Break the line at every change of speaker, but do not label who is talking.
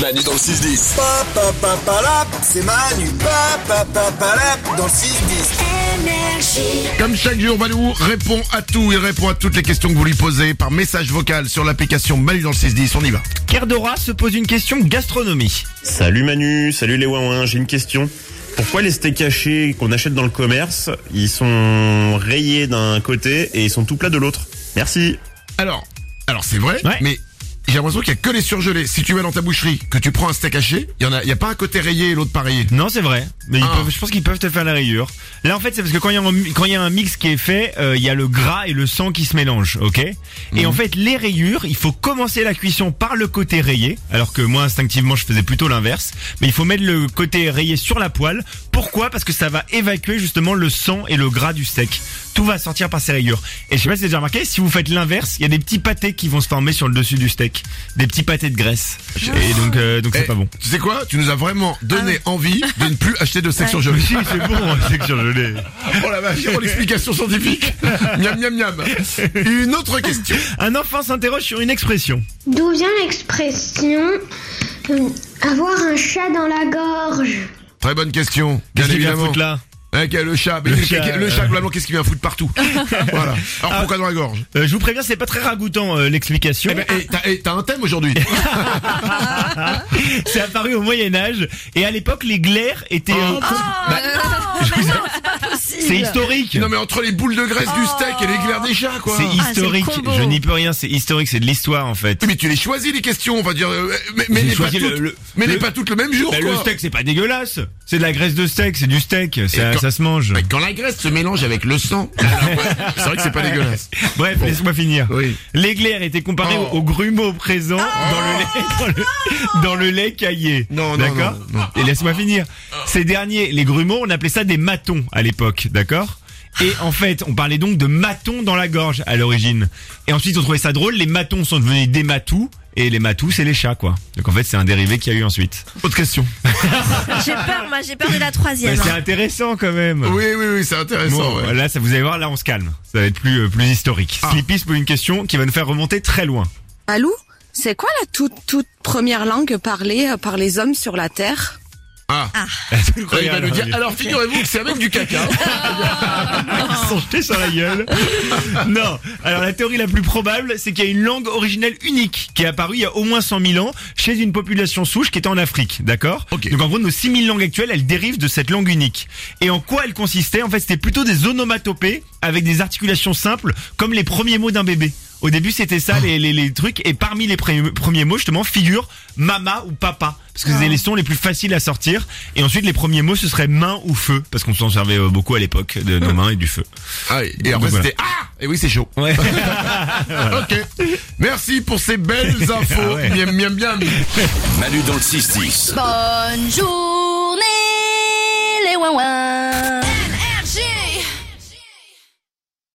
Manu dans le 6-10.
Pa, pa, pa, pa, la, c'est Manu. Pa, pa, pa, pa, la, dans le 6-10.
Comme chaque jour, Valou répond à tout. Il répond à toutes les questions que vous lui posez par message vocal sur l'application Manu dans le 610. On y va.
Cardora se pose une question gastronomie.
Salut Manu, salut les Wawins, j'ai une question. Pourquoi les steaks hachés qu'on achète dans le commerce, ils sont rayés d'un côté et ils sont tout plats de l'autre Merci.
Alors, alors c'est vrai,
Ouais.
mais j'ai l'impression qu'il y a que les surgelés. Si tu vas dans ta boucherie, que tu prends un steak haché, il y en a, il y a pas un côté rayé et l'autre pas rayé.
Non, c'est vrai. Mais ils
Ah.
peuvent- je pense qu'ils peuvent te faire la rayure. Là, en fait, c'est parce que quand il y, a un- quand il y a un mix qui est fait, euh, il y a le gras et le sang qui se mélangent, ok Et en fait, les rayures, il faut commencer la cuisson par le côté rayé, alors que moi, instinctivement, je faisais plutôt l'inverse. Mais il faut mettre le côté rayé sur la poêle. Pourquoi Parce que ça va évacuer justement le sang et le gras du steak. Tout va sortir par ces rayures. Et je sais pas si vous avez déjà remarqué, si vous faites l'inverse, il y a des petits pâtés qui vont se former sur le dessus du steak. Des petits pâtés de graisse. Et donc, euh, donc c'est
Eh,
pas bon.
Tu sais quoi Tu nous as vraiment donné envie de ne plus acheter de steak surgelé.
Si, c'est bon, c'est que surgelé.
Oh la vache, oh, l'explication scientifique. miam miam miam. Une autre question.
Un enfant s'interroge sur une expression.
D'où vient l'expression euh, avoir un chat dans la gorge
Très bonne question. Bien
Qu'est-ce qu'il vient
évidemment.
foutre là
Ok, le chat, mais
Le
le,
chat,
le
euh.
chat, globalement, qu'est-ce qu'il vient foutre partout Voilà. Alors pourquoi dans la gorge
Euh, Je vous préviens, c'est pas très ragoûtant euh, l'explication.
Eh ben, eh, t'as- eh, t'as un thème aujourd'hui.
C'est apparu au Moyen Âge et à l'époque les glaires étaient.
Oh.
euh, c'est historique.
Bah, Non mais entre les boules de graisse du steak et les glaires des chats quoi.
ah. Oh. C'est historique.
c'est le combo.
Je n'y peux rien. C'est historique. C'est de l'histoire en fait.
Oui, Mais tu les choisis les questions, on va dire. euh, Mais, mais
J'ai
les pas
choisi le-
toutes,
le-
mais les
le-
pas toutes le même jour.
Bah,
quoi.
le steak, c'est pas dégueulasse. C'est de la graisse de steak. C'est du steak. Ça,
quand-
ça se mange.
Mais quand la graisse se mélange avec le sang, alors, ouais, c'est vrai que c'est pas dégueulasse.
Bref, laisse-moi finir.
Oui.
Les glaires étaient comparés
Oh. Ah.
aux grumeaux présents dans le lait, dans le, dans le lait caillé.
Non, non,
D'accord
non, non.
Et laisse-moi finir. Ces derniers, les grumeaux, on appelait ça des matons à l'époque. D'accord et en fait, on parlait donc de matons dans la gorge à l'origine. Et ensuite, on trouvait ça drôle. Les matons sont devenus des matous. Et les matous, c'est les chats, quoi. Donc en fait, c'est un dérivé qu'il y a eu ensuite.
Autre question.
J'ai peur, moi, j'ai peur de la troisième.
Mais c'est intéressant quand même.
Oui, oui, oui, c'est intéressant.
Bon,
ouais.
Là, ça vous allez voir, là, on se calme. Ça va être plus, euh, plus historique.
Ah.
Sleepy se pose une question qui va nous faire remonter très loin.
Allô C'est quoi la toute, toute première langue parlée euh, par les hommes sur la Terre
Ah. Ouais, il va nous dire. Alors figurez-vous que c'est avec du caca.
Ils se sont jetés sur la gueule. Non. Alors la théorie la plus probable, c'est qu'il y a une langue originelle unique qui est apparue il y a au moins 100 000 ans chez une population souche qui était en Afrique. D'accord
Ok.
Donc en gros, nos 6 000 langues actuelles, elles dérivent de cette langue unique. Et en quoi elle consistait En fait, c'était plutôt des onomatopées avec des articulations simples, comme les premiers mots d'un bébé. Au début, c'était ça, les, les, les trucs. Et parmi les premi- premiers mots, justement, figure mama ou papa. Parce que c'est les sons les plus faciles à sortir. Et ensuite, les premiers mots, ce serait main ou feu. Parce qu'on s'en servait euh, beaucoup à l'époque de nos mains et du feu.
Ah, et et après
Donc, voilà.
c'était ah. Et oui, c'est chaud.
Ouais.
Ok. Merci pour ces belles infos.
Ah ouais.
Miam miam miam.
Manu dans le 6-10.
Bonne journée, les ouin